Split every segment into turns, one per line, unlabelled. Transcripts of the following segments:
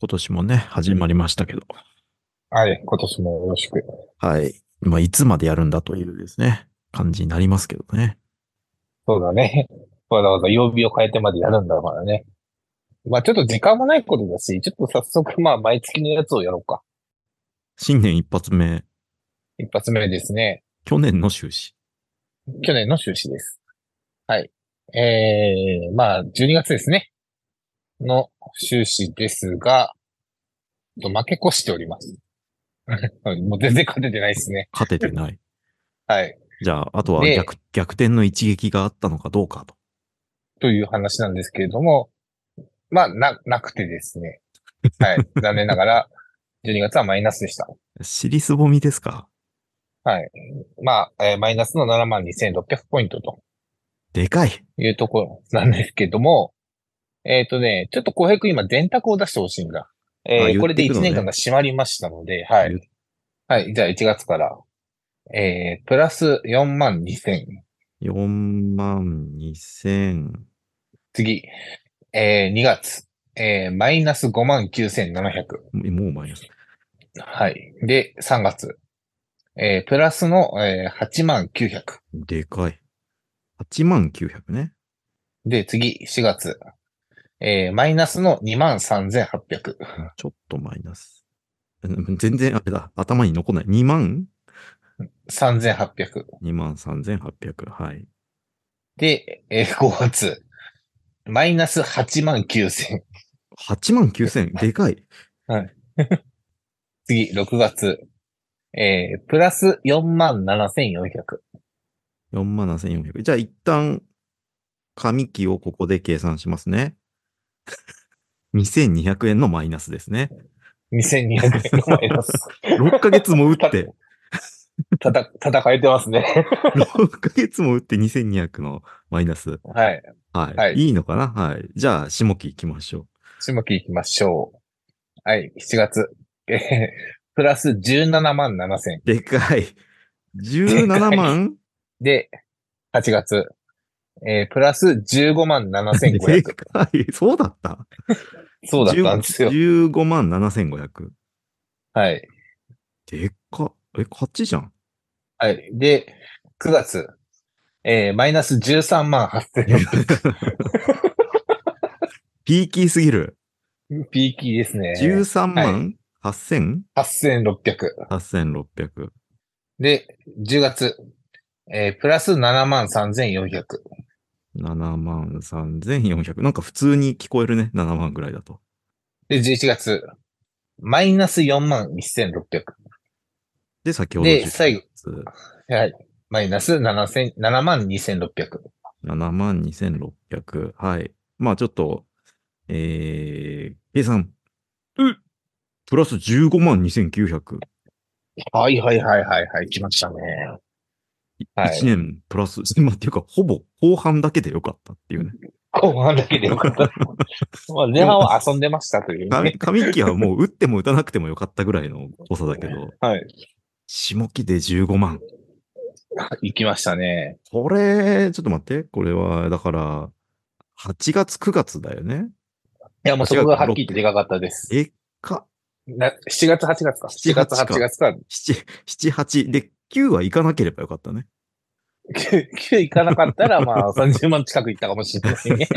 今年もね、始まりましたけど。
はい、今年もよろしく。
はい。まあ、いつまでやるんだというですね、感じになりますけどね。
そうだね。 わざわざ曜日を変えてまでやるんだからね。まあちょっと時間もないことだし、ちょっと早速まあ毎月のやつをやろうか。
新年一発目、
一発目ですね。
去年の終始。
去年の収支です。はい。えー、まあ12月ですね。の収支ですが、ちょっと負け越しております。 もう全然勝ててないですね。
勝てて ない。
はい。
じゃあ、あとは
で
逆逆転の一撃があったのかどうかと。
という話なんですけれども、まあ、な、なくてですね。 はい。残念ながら、12月はマイナスでした。
尻すぼみですか
はい。まあ、えーマイナスの72,600ポイントと
でかい。
いうところなんですけども、えっ、とね、ちょっと浩平君今電卓を出してほしいんだ。え
あ言
ー
ってくのね
これで1年間が閉まりましたので、はい
言っ。
はい。じゃあ1月から、えー、プラス42,000。
4万2000。
次、えー、2月、えー、マイナス59,700。
えもうマイナス。
はい。で、3月。えー、プラスの、えー、8万900。
でかい。8万900ね。
で、次、4月。えー、マイナスの2万3800。
ちょっとマイナス。うん全然あれだ。頭に残んない。2万
3800。
2万3800。はい。
で、えー、5月。マイナス8万9000。
8万9000。で かい。
次、6月。えー、プラス4万7400。
4万7400。じゃあ一旦、紙機をここで計算しますね。2200円のマイナスですね。
2200円のマイナス。
6ヶ月も打 って、
たた、戦えてますね。
6ヶ月も打って2200のマイナス。
はい。
はい。
はい
い、いのかなはい。じゃあ、下期行きましょ
下期行きましょう。はい、7月。えー、プラス17万7000。
う。でかい。17万
で、8月。えー、プラス15万
で
7500。
かい。そうだった
そうだったんですよ。
15万7500。
はい。
でっか。え、勝ちじゃん。
はい。で、9月。えー、マイナス13万8000。
ピーキーすぎる。
ピーキーですね。
13万 8000?8600。
8600。
8600
で、10月。えー、プラス7万3400。
7万3400。なんか普通に聞こえるね。7万ぐらいだと。
で、11月。マイナス4万1600。
で、先ほど。
で最後。はい。マイナス7000、7万2600。
7万2600。はい。まあちょっと、えー、計算。うプラス15万2900。
はいはいはいはいはい、来ましたね。はい
1年プラス、 まあっていうか、ほぼ後半だけでよかったっていうね。
後半だけ でよかった。まあ前半は遊んでましたというね
紙。紙機はもう打っても打たなくてもよかったぐらいの誤差だけど、
はい。
下期で15万。
行きましたね。
これ、ちょっと待って。これは、だから、8月、9月だよね。
いや、もうそこがはっきり言ってでかかったです。
えっか、
な7月、8月か。
7月
7月、
か
8月か。
7、7、8。で、9は行かなければよかったね。
9行かなかったら、 まあ、30万近く行ったかもしれないね。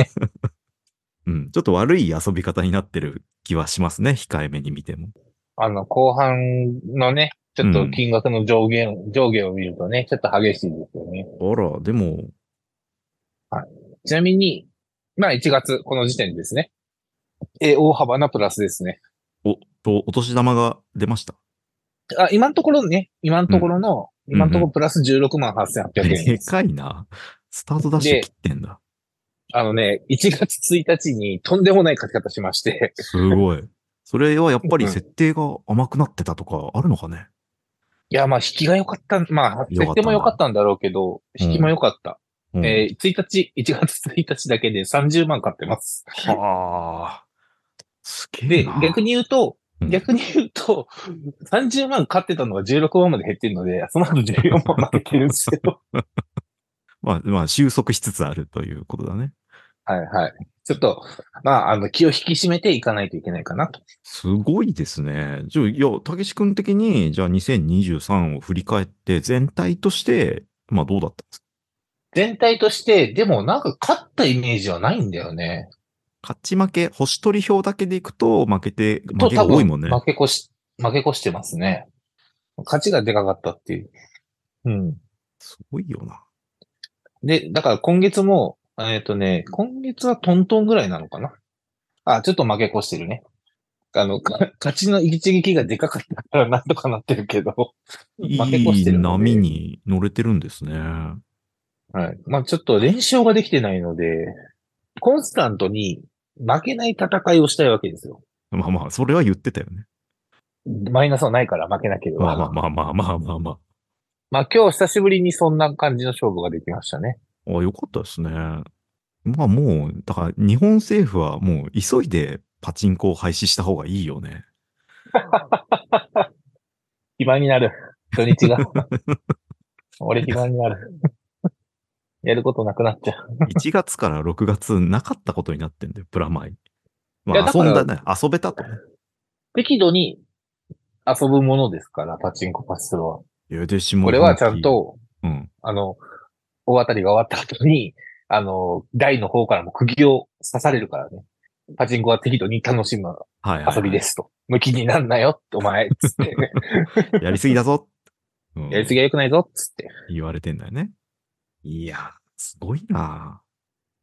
うん。ちょっと悪い遊び方になってる気はしますね。控えめに見ても。
あの、後半のね、ちょっと金額の上限、上下を見るとね、ちょっと激しいですよね。
あら、でも、
ちなみに、まあ1月、この時点でですね。えー、大幅なプラスですね。
お、と、お年玉が出ました。
あ、今のところね、今のところの、
ん
今のところプラス16万8800円
で
です。
かいな。スタートダッシュ切ってんだ。
あのね、1月1日にとんでもない書き方しまして、
すごい。それはやっぱり設定が甘くなってたとかあるのかね。
いや、まあ、引きが良かった、まあ、
良かったんだ
設定も良かったんだろうけど、引きも良かった。
うん、
えー、1日、1月1日だけで30万買ってます。
はあ。すげえ
で
な。、
逆に言うと、
うん
逆に言うと、30万買ってたのが16万まで減ってるので、その後14万負けてるんです よ。
まあ、まあ、収束しつつあるということだね。
はいはい。ちょっと、まあ、あの、気を引き締めていかないといけないかなと。
すごいですね。じゃあ、いや、たけし君的に、じゃあ2023を振り返って、全体として、まあどうだったんですか
全体として、でもなんか勝ったイメージはないんだよね。
勝ち負け、星取り表だけでいくと、負けて、負
と、
け
多
が多い
分、
もんね。
負け越し、負け越してますね。勝ちがでかかったっていう。うん。
すごいよな。
で、だから今月も、えっ、とね、今月はトントンぐらいなのかな。あ、ちょっと負け越してるね。あの、か勝ちの一撃がでかかったからなんとかなってるけど。
い
負け越し
い
てるので
波に乗れてるんですね。
はい。まあちょっと連勝ができてないので、コンスタントに負けない戦いをしたいわけですよ。
まあまあ、それは言ってたよね。
マイナスはないから負けなければ。
まあまあまあまあまあまあま
まあ今日久しぶりにそんな感じの勝負ができましたね。
あ。あよかったですね。まあもう、だから日本政府はもう急いでパチンコを廃止した方がいいよね。
暇になる。土 日が。俺暇になる。やることなくなっちゃう。
1月から6月なかったことになってんだよ、プラマイ。ま
いや
あ
だ
遊
から
んだね、遊べたとね。
適度に遊ぶものですから、パチンコパチスロは。
ゆでしも
これはちゃん。と、
うん。
あの、大当たりが終わった後に、あの、台の方からも釘を刺されるからね。パチンコは適度に楽しむ
はい、はい。。
遊びですすと。無気になんなよ、お前、つって。
やりすぎだ ぞ。うん
やりすぎは良くないぞ、つって。
言われてんだよね。いや、すごいな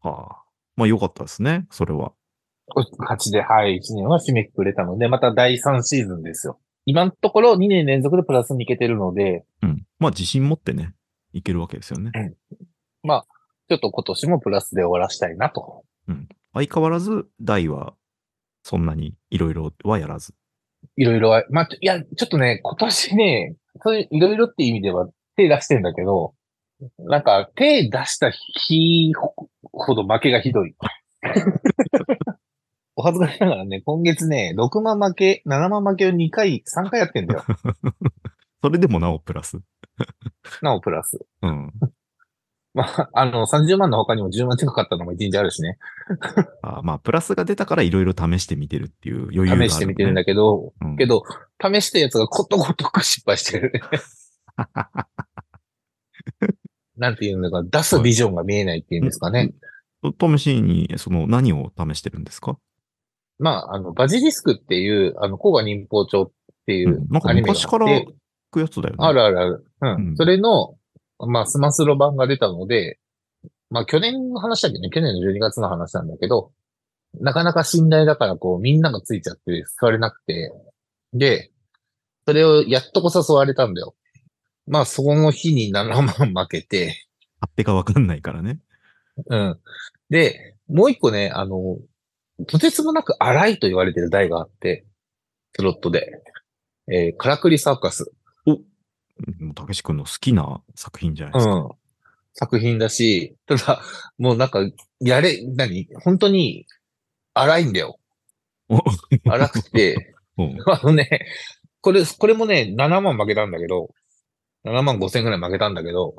ぁはあ。まあよかったですね、それは。
勝ちで、はい、1年は締めくくれたので、また第3シーズンですよ。今のところ2年連続でプラスに行けてるので、
うん。まあ自信持ってね、いけるわけですよね。
ちょっと今年もプラスで終わらしたいなと。
相変わらず、大は、そんなにいろいろはやらず。
いろいろは、まあ、いや、ちょっとね、今年ね、そういういろいろっていう意味では手出してんだけど、なんか手出した日ほほど負けがひどい。 お恥ずかしながらね、今月ね、6万負け、7万負けを2回、3回やってんだよ。
それでもなおプラス。
なおプラス。
うん。
まあ、あの、30万の他にも10万近かったのも1日あるしね。
あまあ、プラスが出たからいろいろ試してみてるっていう余裕がある、
試してみてるんだけど、
けど、うん
けど、試したやつがことごとく失 敗してるね。なんていうのか、出すビジョンが見えないっていうんですかね。
試しに、その、何を試してるんですか、、
まあ、あの、バジリスクっていう、あの、甲賀忍法帳っていううん
なん
ア
か
ニメがあっ
昔
て、
から聞くやつだよね。
あるあるある。う。
うんん
それの、まあ、スマスロ版が出たので、まあ、去年の話だけどね、去年の12月の話なんだけど、なかなか信頼だから、こう、みんながついちゃって使われなくて、で、それをやっとこ誘われたんだよ。まあ、その日に7万負けて、
勝手がわかんないからね。
うん。で、もう一個ね、あの、とてつもなく荒いと言われてる台があって、スロットで、えー、カラクリサーカス。
うんたけし君の好きな作品じゃないですか。
うん。作品だし、ただ、もうなんか、やれ、何本当に、荒いんだよ。荒くて、
うん
あのね、これ、これもね、7万負けたんだけど、7万5千ぐらい負けたんだけど、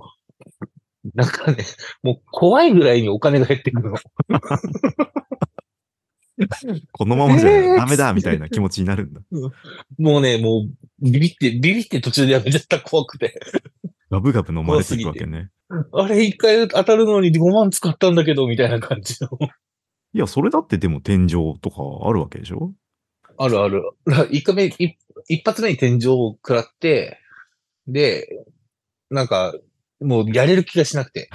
なんかね、もう怖いぐらいにお金が減ってくるの。
このままじ
えー
ゃダメだみたいな気持ちになるんだ。
もうね、もう、ビビって、ビビって途中でやめちゃった怖くて。
ガブガブ飲まれていくわけね。
あれ、一回当たるのに5万使ったんだけど、みたいな感じの。
いや、それだってでも天井とかあるわけでしょ
あるあ る。一回目、一一発目に天井を食らって、で、なんか、もうやれる気がしなくて。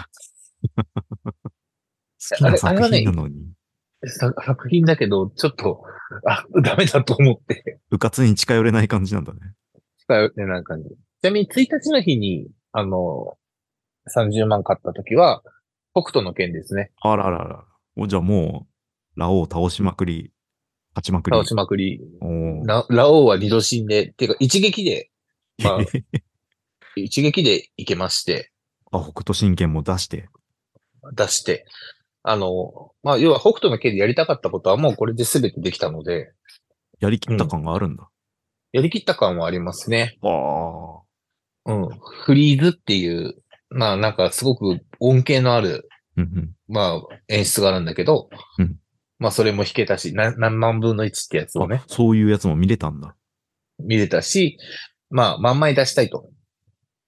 好きな作品なのに、
さ作品だけど、ちょっと、あ、 ダメだと思って。
うかつに近寄れない感じなんだね。
近寄れない感じ。ちなみに、1日の日に、あの、30万買った時は、北斗の剣ですね。
あらあらあら。おじゃあもう、ラオウ倒しまくり、勝ちまくり。
倒しまくり。
おー
ララオウは二度死んで、ていうか一撃で、まあ 一撃でいけまして。
あ、北斗神拳も出して。
出して、あの、まあ、要は北斗の剣でやりたかったことはもうこれで全てできたので、
やりきった感があるんだ。
やりきった感はありますね。
ああ。
うん。フリーズっていう、まあなんかすごく恩恵のある、
うんうん。
まあ演出があるんだけど、
うん
まあ、それも引けたし、な何万分の1ってやつをね
あ、そういうやつも見れたんだ。
見れたし、まあ、万枚出したいと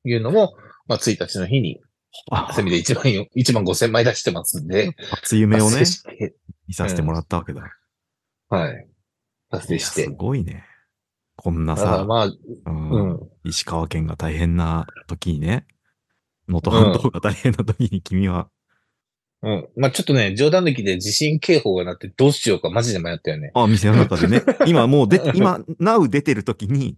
いうのも、まあ、1日の日に、
あ
セミで1万よ、1万5千枚出してますんで、
初夢をね
達成、して
見させてもらったわけだ。
はい。達成し
いや
て
す。ごいね。こんな
だから
さ、
まあ、
うん
うん。
石川県が大変な時にね、能登半島が大変な時に君 は、
うん。まあ、ちょっとね、冗談抜きで地震警報が鳴ってどうしようかマジで迷ったよ ね。
あ、店の中でね、今もう出て、 今、now 出てる時に、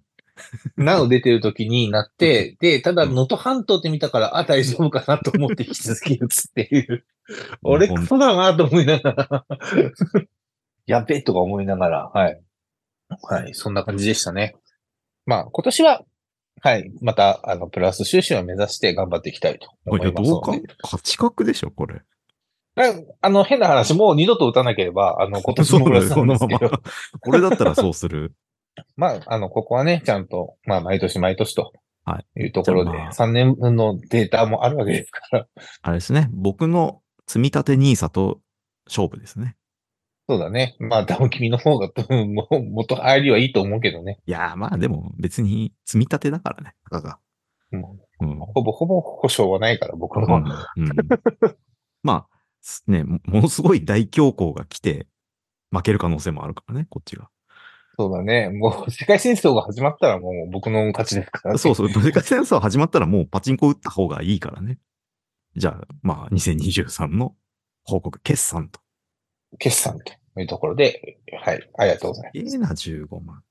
なお出てる時になって、で、ただ能登半島って見たから、あ、大丈夫かなと思って引き続き打つって いう。俺
ほん
クソだなと思いなが ら。やべえとか思いながら、はい。はい、そんな感じでしたね。まあ、今年は、はい、また、あの、プラス収支を目指して頑張っていきたいと思
いや、
います
ど
の
うか
で。、
価値格でしょ、これ。
ああの、変な話、もう二度と打たなければ、あの、今年もプラスなん
こ
で
の
す
ま
け
ま
ど。。
俺だったらそうする。
まあ、あの、ここはね、ちゃんと、まあ、毎年毎年と。。
はい
うところで、
じゃあまあ
3年分のデータもあるわけですから。
あれですね、僕の積み立て NISA と勝負ですね。
そうだね。まあ、多分君の方が、うんもう、元入りはいいと思うけどね。
いやー、まあでも別に積み立てだからね、たかが。
も
うん。
うほぼほぼ保証はないから、僕の方。
うん うんまあ、すね、もものすごい大恐慌が来て、負ける可能性もあるからね、こっちが。
そうだね。もう、世界戦争が始まったらもう僕の勝ちですから、ね。
そうそう、世界戦争始まったらもうパチンコ打った方がいいからね。じゃあ、まあ、2023の報告、決算と。
決算というところで、はい。ありがとうございま
え
す。
えな、15万。